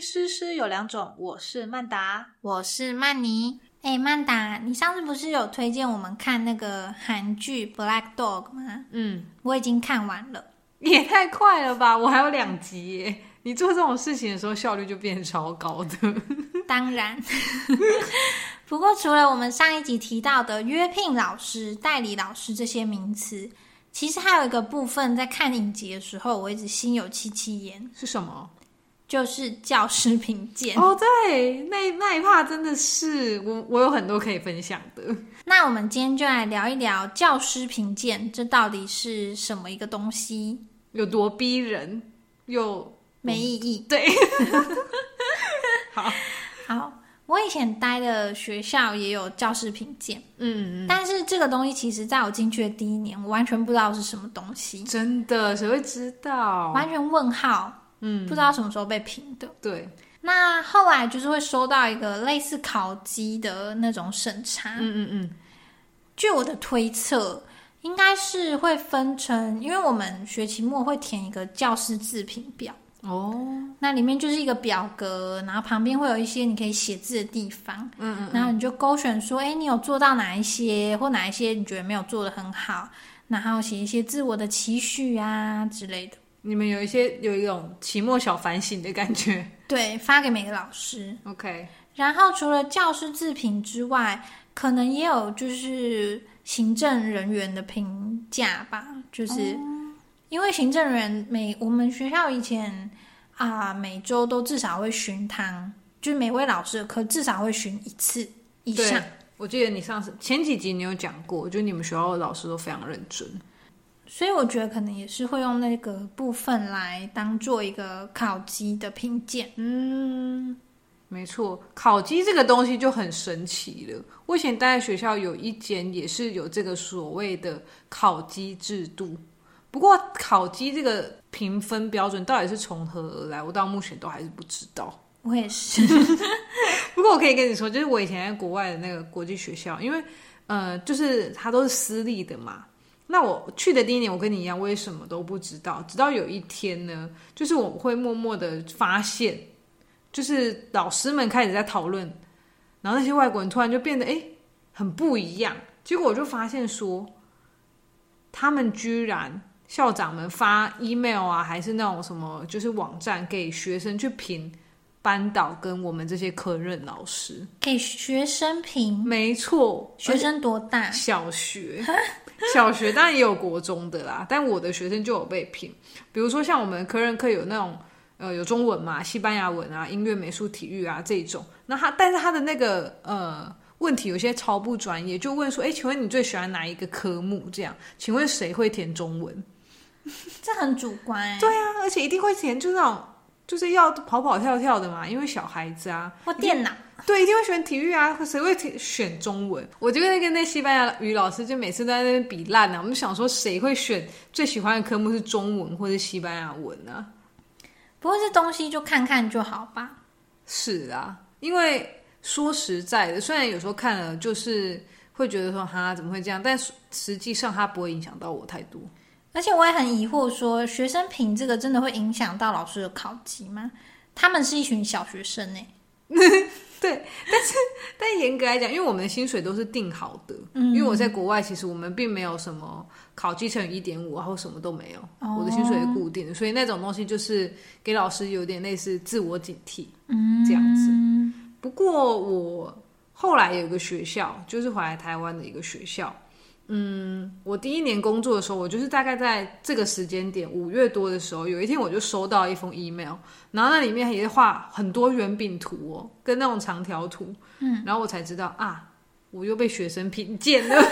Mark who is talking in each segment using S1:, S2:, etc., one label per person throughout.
S1: 诗诗有两种，我是曼达。
S2: 我是曼妮。哎、曼达，你上次不是有推荐我们看那个韩剧《Black Dog》吗？
S1: 嗯，
S2: 我已经看完了。
S1: 也太快了吧！我还有两集耶。你做这种事情的时候，效率就变超高的。
S2: 当然， 不过除了我们上一集提到的约聘老师、代理老师这些名词，其实还有一个部分在看影集的时候，我一直心有戚戚焉，
S1: 是什么？
S2: 就是教师评鉴。
S1: 哦，对，那那一趴真的是我，我有很多可以分享的。
S2: 那我们今天就来聊一聊教师评鉴，这到底是什么一个东西？
S1: 有多逼人，又
S2: 没意义。
S1: 哦 对。好，
S2: 好，我以前待的学校也有教师评鉴，
S1: 嗯，
S2: 但是这个东西其实在我进去的第一年，我完全不知道是什么东西，
S1: 真的，谁会知道？
S2: 完全问号，
S1: 哦嗯，
S2: 不知道什么时候被评的。
S1: 对，
S2: 那后来就是会收到一个类似考级的那种审查。
S1: 嗯嗯嗯，
S2: 据我的推测，应该是会分成，因为我们学期末会填一个教师自评表，
S1: 哦，
S2: 那里面就是一个表格，然后旁边会有一些你可以写字的地方，
S1: 嗯嗯，
S2: 然后你就勾选说，哎，你有做到哪一些，或哪一些你觉得没有做的很好，然后写一些自我的期许啊之类的。
S1: 你们有一些有一种期末小反省的感觉。
S2: 对，发给每个老师。
S1: OK，
S2: 然后除了教师自评之外，可能也有就是行政人员的评价吧，就是因为行政人员每我们学校以前啊、每周都至少会巡堂，就是每位老师的课至少会巡一次以
S1: 对
S2: 上。
S1: 我记得你上次前几集你有讲过，就你们学校的老师都非常认真。
S2: 所以我觉得可能也是会用那个部分来当做一个考级的评鉴。
S1: 嗯，没错，烤鸡这个东西就很神奇了。我以前待在学校有一间也是有这个所谓的烤鸡制度，不过烤鸡这个评分标准到底是从何而来，我到目前都还是不知道。
S2: 我也是，
S1: 不过我可以跟你说，就是我以前在国外的那个国际学校，因为呃，就是它都是私立的嘛。那我去的第一年，我跟你一样，我也什么都不知道。直到有一天呢，就是我会默默的发现，就是老师们开始在讨论，然后那些外国人突然就变得诶很不一样。结果我就发现说，他们居然校长们发 email 啊，还是那种什么，就是网站给学生去评班导跟我们这些科任老师。
S2: 给学生评，
S1: 没错，
S2: 学生多大？
S1: 小学，小学当然也有国中的啦，但我的学生就有被评，比如说像我们科任课有那种。呃，有中文嘛，西班牙文啊，音乐、美术、体育啊这种。那他，但是他的那个呃问题有些超不专业，就问说，哎，请问你最喜欢哪一个科目？这样，请问谁会填中文？
S2: 这很主观、欸。对，
S1: 啊，而且一定会填，就是那种就是要跑跑跳跳的嘛，因为小孩子啊，
S2: 或电脑。
S1: 对，一定会选体育啊，谁会提选中文？我就跟那个那西班牙语老师就每次都在那边比烂啊，我们就想说谁会选最喜欢的科目是中文或是西班牙文啊？
S2: 不过这东西就看看就好吧。
S1: 是啊，因为说实在的，虽然有时候看了就是会觉得说哈怎么会这样，但实实际上它不会影响到我太多。
S2: 而且我也很疑惑说，学生评这个真的会影响到老师的考级吗？他们是一群小学生欸呢、
S1: 但严格来讲，因为我们的薪水都是定好的，因
S2: 嗯
S1: 为我在国外，其实我们并没有什么考绩乘以一点五，然后什么都没有，
S2: 哦
S1: 我的薪水是固定的，所以那种东西就是给老师有点类似自我警惕
S2: 嗯
S1: 这样子。不过我后来有个学校，就是回来台湾的一个学校。嗯，我第一年工作的时候，我就是大概在这个时间点，五月多的时候，有一天我就收到一封 email，然后那里面也画很多圆饼图哦，跟那种长条图，嗯，然后我才知道啊，我又被学生评鉴了。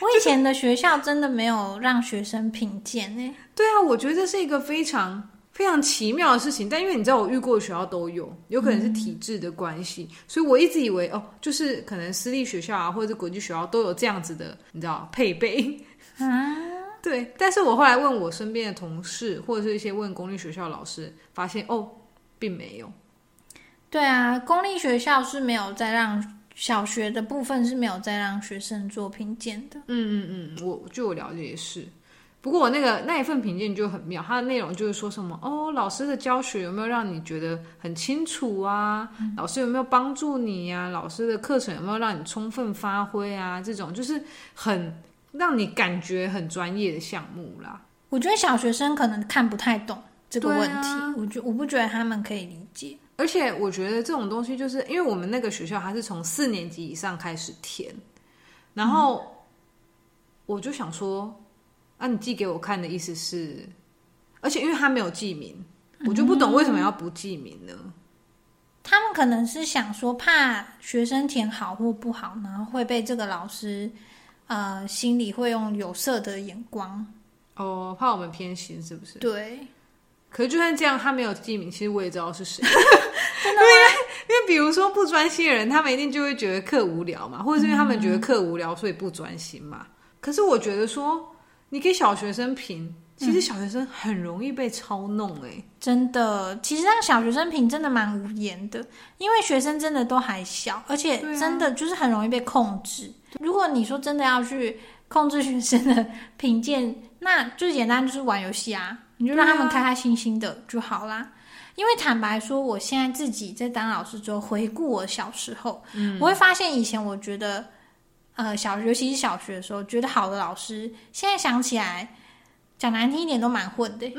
S2: 我以前的学校真的没有让学生评鉴欸呢、
S1: 对啊，我觉得这是一个非常非常奇妙的事情。但因为你知道，我遇过的学校都有，有可能是体制的关系，所以我一直以为哦，就是可能私立学校啊，或者是国际学校都有这样子的，你知道配备。 对，但是我后来问我身边的同事，或者是一些问公立学校的老师，发现哦，并没有。
S2: 对啊，公立学校是没有在让小学的部分是没有在让学生做评鉴的。
S1: 嗯嗯嗯，我据我了解也是。不过我那个那一份评鉴就很妙，它的内容就是说什么哦，老师的教学有没有让你觉得很清楚啊？老师有没有帮助你呀、老师的课程有没有让你充分发挥啊？这种就是很让你感觉很专业的项目啦。
S2: 我觉得小学生可能看不太懂这个
S1: 对啊
S2: 问题，我觉我不觉得他们可以理解。
S1: 而且我觉得这种东西，就是因为我们那个学校它是从四年级以上开始填，然后我就想说，啊，你寄给我看的意思是，而且因为他没有记名，我就不懂为什么要不记名呢？
S2: 他们可能是想说，怕学生填好或不好，然后会被这个老师，呃，心里会用有色的眼光。
S1: 哦，怕我们偏心是不是？
S2: 对，
S1: 可是就算这样，他没有记名，其实我也知道是 谁。真的因为因为比如说不专心的人，他们一定就会觉得课无聊嘛，或者是因为他们觉得课无聊，所以不专心嘛。可是我觉得说，你给小学生评，其实小学生很容易被操弄哎、
S2: 真的，其实让小学生评真的蛮无言的，因为学生真的都还小，而且
S1: 对啊
S2: 真的就是很容易被控制。如果你说真的要去控制学生的评鉴，那最简单就是玩游戏啊，你就让他们
S1: 对啊
S2: 开开心心的就好
S1: 嗯
S2: 啦。因为坦白说，我现在自己在当老师之后，回顾我小时候，
S1: 嗯
S2: 我会发现以前我觉得，呃，小尤其是小学的时候，觉得好的老师，现在想起来，讲难听一点都蛮混的欸、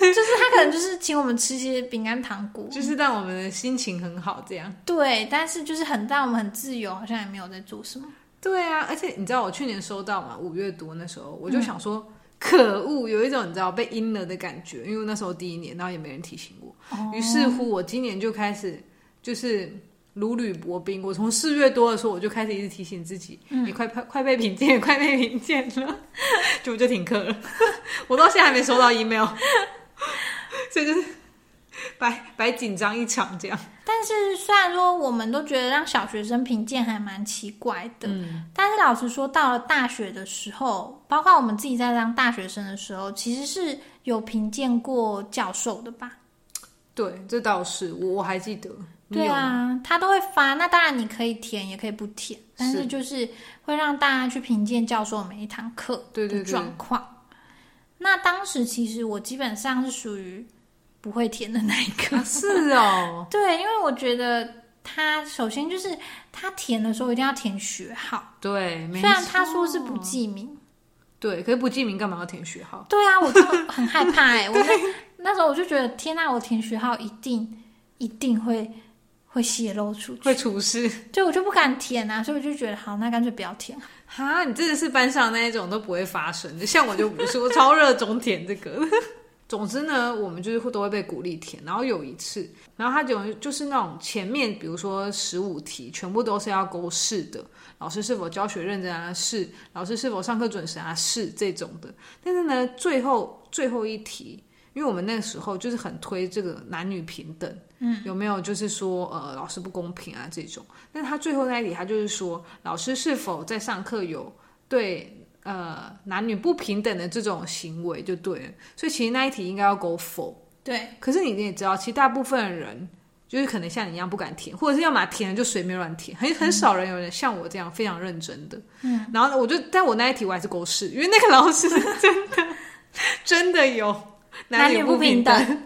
S2: 就是他可能就是请我们吃一些饼干糖果，
S1: 就是让我们的心情很好这样。
S2: 对，但是就是很让我们很自由，好像也没有在做什么。
S1: 对啊，而且你知道我去年收到嘛，五月多那时候，我
S2: 嗯
S1: 就想说。可恶，有一种你知道被阴了的感觉，因为那时候第一年，然后也没人提醒我，
S2: 哦
S1: 于是乎，我今年就开始就是如履薄冰。我从四月多的时候，我就开始一直提醒自己，
S2: 嗯
S1: 你快快快被评鉴， 快被评鉴了，就我就停课了。 我到现在还没收到 email，所以就是白白紧张一场这样。
S2: 但是虽然说我们都觉得让小学生评鉴还蛮奇怪
S1: 嗯
S2: 的，但是老实说，到了大学的时候，包括我们自己在当大学生的时候，其实是有评鉴过教授的吧？
S1: 对，这倒是我我还记得。你
S2: 对
S1: 有吗，
S2: 啊，他都会发。那当然你可以填，也可以不填，但是
S1: 是
S2: 就是会让大家去评鉴教授每一堂课
S1: 对对
S2: 的
S1: 对
S2: 状况。那当时其实我基本上是属于不会填的那一个
S1: 啊， 是哦，
S2: 对，因为我觉得他首先就是他填的时候一定要填学号，
S1: 对，没
S2: 虽然他说是
S1: 错
S2: 不记名。
S1: 对，可是不记名干嘛要填学号？
S2: 对啊，我真的很害怕 哎、我那那时候我就觉得天呐、啊我填学号一定一定会会泄露出去，
S1: 会出事
S2: 对，我就不敢填啊，所以我就觉得好，那干脆不要填。
S1: 哈，你真的是班上那一种都不会发生的，像我就不是，我超热衷填这个。 总之呢，我们就是会都会被鼓励填。然后有一次，然后他就就是那种前面，比如说十五题，全部都是要勾是的，老师是否教学认真啊？是，老师是否上课准时啊？是这种的。但是呢，最后最后一题，因为我们那个时候就是很推这个男女平等，嗯，有没有就是说呃老师不公平啊这种？但是他最后那一题，他就是说老师是否在上课有对呃男女不平等的这种行为就对了，所以其实那一题应该要勾否。
S2: 对，
S1: 可是你也知道，其实大部分人就是可能像你一样不敢填，或者是要么填了就随便乱填，很很少人有人像我这样非常认真的。嗯，然后呢我就但我那一题我还是勾是，因为那个老师真的 真的有
S2: 男
S1: 女
S2: 女不平
S1: 平
S2: 等。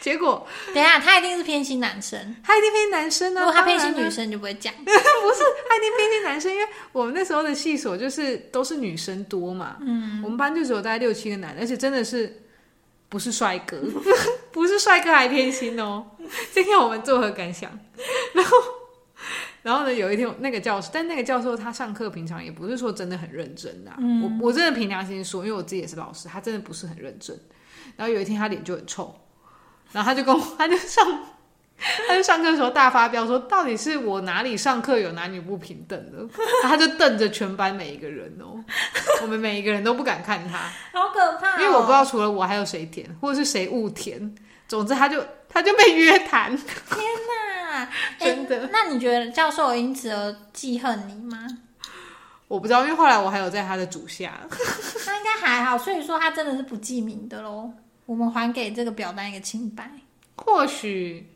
S1: 结果
S2: 等一下，他一定是偏心男生，
S1: 他一定偏男生
S2: 如
S1: 呢、啊，
S2: 果他偏
S1: 当然
S2: 心
S1: 啊
S2: 女生就不会讲。
S1: 他哎一定偏心男生，因为我们那时候的系所就是都是女生多嘛，嗯，我们班就只有大概六七个男的，而且真的是不是帅哥， 不是帅哥还偏心哦。今天我们作何感想？ 然后，然后呢？有一天，那个教授，但那个教授他上课平常也不是说真的很认真的、啊，我我真的凭良心说，因为我自己也是老师，他真的不是很认真。然后有一天他脸就很臭，然后他就跟我， 他就上 他就上课的时候大发飙说，到底是我哪里上课有男女不平等的？ 他就瞪着全班每一个人哦， 我们每一个人都不敢看 他，
S2: 好可怕哦
S1: 因为我不知道除了我还有谁填，或者是谁误填。总之，他就他就被约谈，
S2: 那
S1: 真的
S2: 那你觉得教授有因此而记恨你吗？
S1: 我不知道，因为后来我还有在他的主下，
S2: 那应该还好，所以说他真的是不记名的喽。我们还给这个表单一个清白。
S1: 或许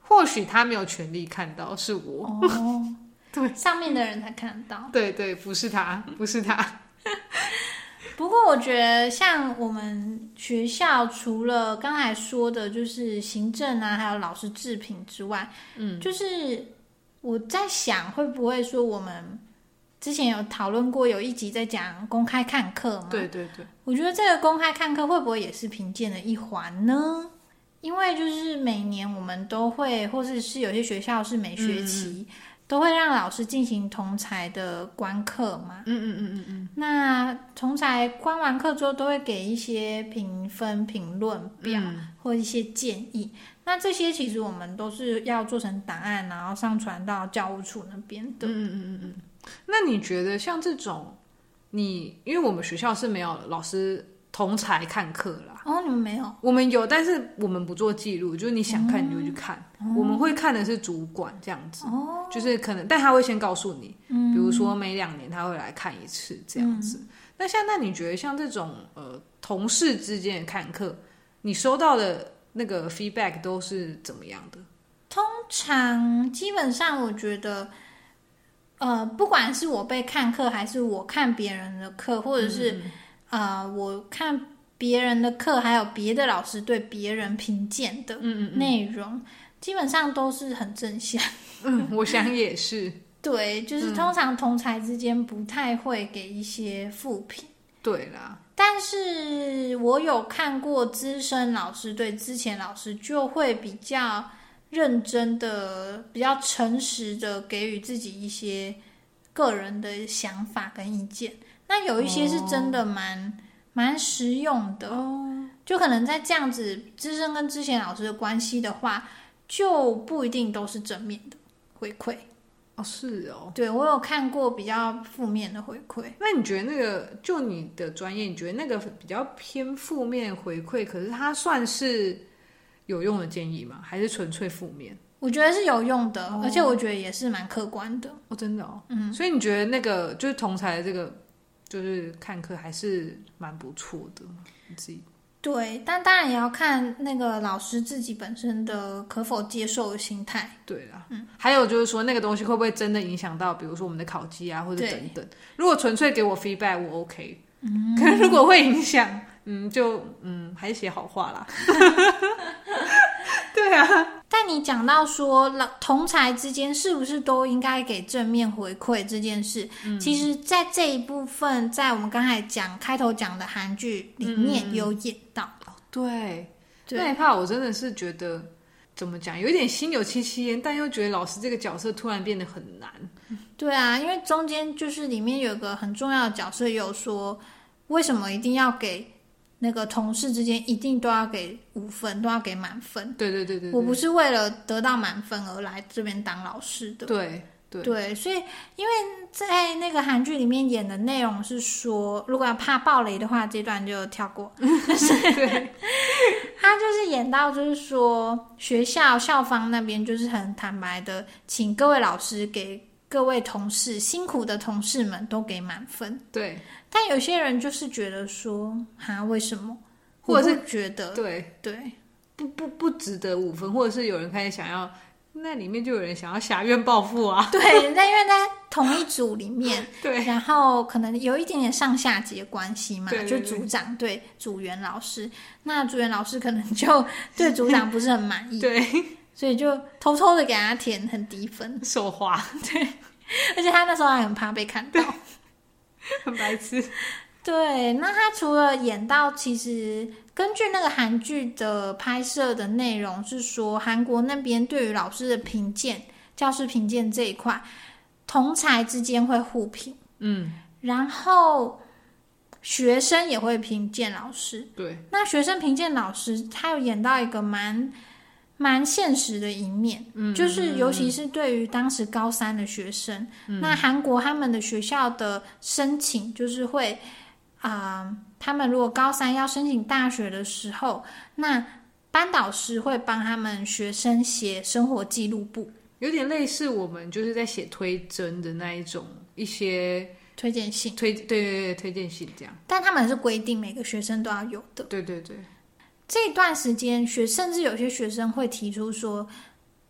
S1: 或许他没有权利看到是我，
S2: 哦，
S1: 对
S2: 上面的人才看得到。
S1: 对对，不是他，不是他。
S2: 不过我觉得像我们学校除了刚才说的，就是行政啊，还有老师制评之外，嗯，就是我在想会不会说我们之前有讨论过有一集在讲公开看课嘛？
S1: 对对对，
S2: 我觉得这个公开看课会不会也是评鉴的一环呢？因为就是每年我们都会，或者是有些学校是每学期、都会让老师进行同才的观课嘛。
S1: 嗯嗯嗯嗯嗯，
S2: 那同才观完课之后，都会给一些评分、评论表、
S1: 嗯
S2: 或一些建议。那这些其实我们都是要做成档案，然后上传到教务处那边的。
S1: 嗯嗯嗯嗯嗯。那你觉得像这种，你因为我们学校是没有老师同才看课啦，
S2: 哦，你们没有？
S1: 我们有，但是我们不做记录，就是你想看你就去看。我们会看的是主管这样子，
S2: 嗯哦
S1: 就是可能，但他会先告诉你，
S2: 嗯
S1: 比如说每两年他会来看一次这样子。那像那你觉得像这种呃同事之间的看课，你收到的那个 feedback 都是怎么样的？
S2: 通常基本上，我觉得，呃，不管是我被看课，还是我看别人的课，或者是、
S1: 嗯
S2: 呃，我看别人的课，还有别的老师对别人评鉴的
S1: 嗯嗯
S2: 内容，基本上都是很正向。
S1: 嗯，我想也是，
S2: 对，就是通常同才之间不太会给一些负评。
S1: 对啦，
S2: 但是我有看过资深老师对之前老师就会比较认真的、比较诚实的给予自己一些个人的想法跟意见。那有一些是真的蛮、蛮实用的，就可能在这样子资深跟之前老师的关系的话，就不一定都是正面的回馈。
S1: 哦是哦，
S2: 对我有看过比较负面的回馈。
S1: 那你觉得那个，就你的专业，你觉得那个比较偏负面回馈，可是它算是有用的建议吗？还是纯粹负面？
S2: 我觉得是有用的，
S1: 哦
S2: 而且我觉得也是蛮客观的。
S1: 哦，真的哦，嗯。所以你觉得那个就是同才的这个，就是看课还是蛮不错的吗，你自己
S2: 对，但当然也要看那个老师自己本身的可否接受的心态。
S1: 对啦。嗯。还有就是说，那个东西会不会真的影响到，比如说我们的考绩啊，或者
S2: 对
S1: 等等？如果纯粹给我 feedback，我 OK。嗯。可是如果会影响，嗯，就嗯，还是写好话啦。 对啊。
S2: 但你讲到说老同才之间是不是都应该给正面回馈这件事，其实，在这一部分，在我们刚才讲开头讲的韩剧里面有演到。
S1: 对，
S2: 对
S1: 那一怕我真的是觉得怎么讲，有一点心有戚戚焉，但又觉得老师这个角色突然变得很难。
S2: 对啊，因为中间就是里面有个很重要的角色有说，为什么一定要给那个同事之间一定都要给五分，都要给满分。
S1: 对对对对，
S2: 我不是为了得到满分而来这边当老师的。
S1: 对对
S2: 对，所以因为在那个韩剧里面演的内容是说，如果要怕暴雷的话，这段就跳过。
S1: 对，
S2: 他就是演到就是说，学校校方那边就是很坦白的，请各位老师给各位同事辛苦的同事们都给满分。
S1: 对
S2: 但有些人就是觉得说，哈，为什么？
S1: 或者
S2: 是觉得
S1: 对，
S2: 对
S1: 不不不值得五分，或者是有人开始想要，那里面就有人想要挟怨报复啊。
S2: 对，那因为在同一组里面。
S1: 对
S2: 然后可能有一点点上下级的关系嘛，
S1: 对对
S2: 就组长对组员老师，那组员老师可能就 对组长不是很满意，
S1: 对，
S2: 所以就偷偷的给他填很低分，
S1: 手滑，
S2: 而且他那时候还很怕被看到。
S1: 很白痴。
S2: 对，那他除了演到，其实根据那个韩剧的拍摄的内容是说，韩国那边对于老师的评鉴、教师评鉴这一块，同才之间会互评，
S1: 嗯，
S2: 然后学生也会评鉴老师。
S1: 对，
S2: 那学生评鉴老师，他有演到一个蛮蛮现实的一面，
S1: 嗯嗯
S2: 就是尤其是对于当时高三的学生，那韩国他们的学校的申请就是会啊、他们如果高三要申请大学的时候，那班导师会帮他们学生写生活记录簿，
S1: 有点类似我们就是在写推甄的那一种一些
S2: 推荐信，
S1: 推，对对对，推荐信这样。
S2: 但他们是规定每个学生都要有的。
S1: 对对对，
S2: 这段时间学，甚至有些学生会提出说：“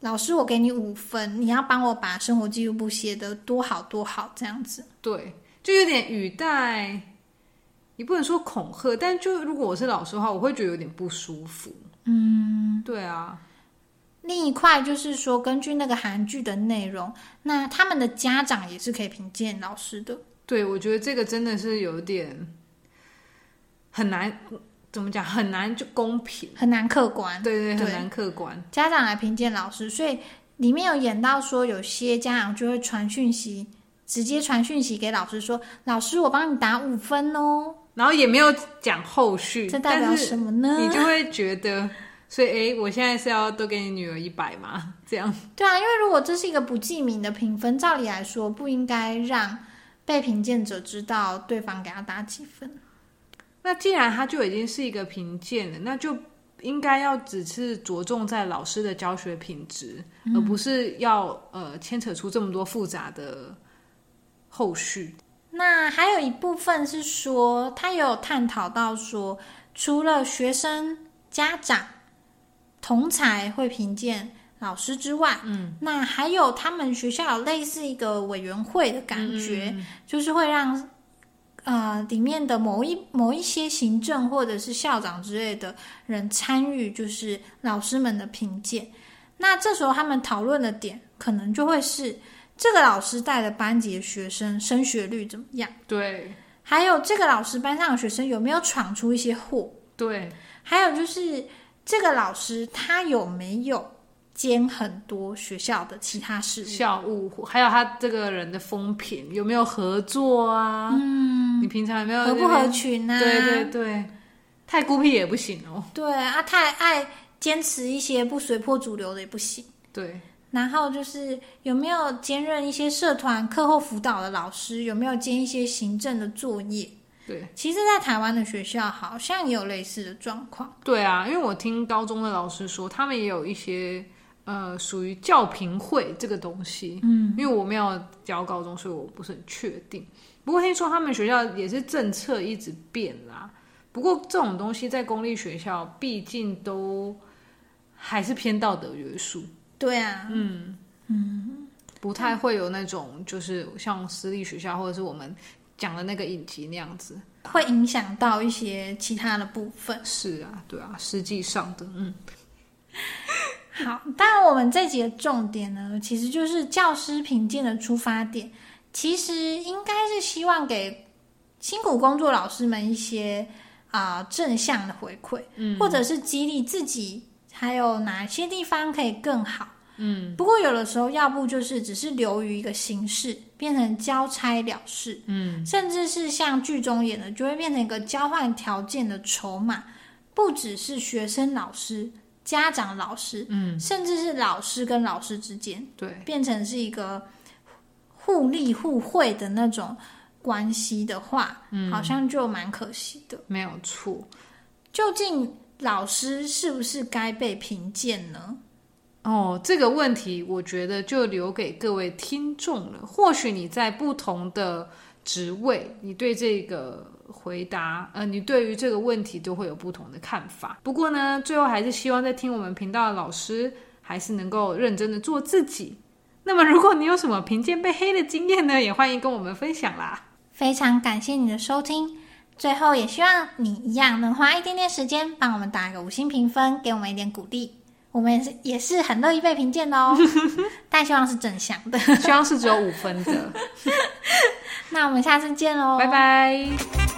S2: 老师，我给你五分，你要帮我把生活记录簿写得多好多好这样子。
S1: 对，就有点语带，也不能说恐吓，但就如果我是老师的话，我会觉得有点不舒服。嗯，对啊，
S2: 另一块就是说，根据那个韩剧的内容，那他们的家长也是可以评鉴老师的。
S1: 对，我觉得这个真的是有点很难，怎么讲很难就公平，
S2: 很难客观。
S1: 对对，
S2: 对
S1: 很难客观。
S2: 家长来评鉴老师，所以里面有演到说，有些家长就会传讯息，直接传讯息给老师说：“老师，我帮你打五分哦。
S1: 然后也没有讲后”续，
S2: 这代表
S1: 但是
S2: 什么呢？
S1: 你就会觉得，所以诶，我现在是要多给你女儿一百吗？这样
S2: 对啊，因为如果这是一个不记名的评分，照理来说不应该让被评鉴者知道对方给他打几分。
S1: 那既然他就已经是一个评鉴了，那就应该要只是着重在老师的教学品质，而
S2: 嗯
S1: 不是要呃牵扯出这么多复杂的后续。
S2: 那还有一部分是说，他也有探讨到说，除了学生、家长、同才会评鉴老师之外，嗯，那还有他们学校有类似一个委员会的感觉，就是会让呃里面的某一某一些行政或者是校长之类的人参与，就是老师们的评鉴。那这时候他们讨论的点可能就会是这个老师带的班级的学生升学率怎么样，
S1: 对
S2: 还有这个老师班上的学生有没有闯出一些祸，
S1: 对，
S2: 还有就是这个老师他有没有兼很多学校的其他事务。
S1: 校务还有他这个人的风评有没有合作啊？嗯，你平常有没有
S2: 合不合群啊？
S1: 对对对，太孤僻也不行哦。
S2: 对啊，太爱坚持一些不随波逐流的也不行。
S1: 对，
S2: 然后就是有没有兼任一些社团课后辅导的老师，有没有兼一些行政的作业？
S1: 对
S2: 其实，在台湾的学校好像也有类似的状况。
S1: 对啊，因为我听高中的老师说，他们也有一些呃属于教评会这个东西。嗯，因为我没有教高中，所以我不是很确定。不过听说他们学校也是政策一直变啦。不过这种东西在公立学校，毕竟都还是偏道德约束，
S2: 对啊，
S1: 不太会有那种就是像私立学校或者是我们讲的那个影集那样子。
S2: 会影响到一些其他的部分。
S1: 是啊，对啊，实际上的，嗯，
S2: 好，当然我们这集的重点呢，其实就是教师评鉴的出发点，其实应该是希望给辛苦工作老师们一些啊、正向的回馈，嗯，或者是激励自己，还有哪些地方可以更好。嗯，不过有的时候，要不就是只是流于一个形式，变成交差了事，甚至是像剧中演的，就会变成一个交换条件的筹码，不只是学生、老师、家长、老师，嗯，甚至是老师跟老师之间，
S1: 对。
S2: 变成是一个互利互惠的那种关系的话，嗯，好像就蛮可惜的。
S1: 没有错，
S2: 究竟老师是不是该被评鉴呢？
S1: 哦，这个问题我觉得就留给各位听众了。或许你在不同的职位，你对这个回答，呃，你对于这个问题都会有不同的看法。不过呢，最后还是希望在听我们频道的老师还是能够认真的做自己。那么，如果你有什么评鉴被黑的经验呢，也欢迎跟我们分享啦。
S2: 非常感谢你的收听。最后，也希望你一样能花一点点时间帮我们打一个五星评分，给我们一点鼓励。我们也是也是很乐意被评鉴的 哦，但希望是正向的。
S1: 希望是只有五分的，
S2: 那我们下次见喽，
S1: 拜拜。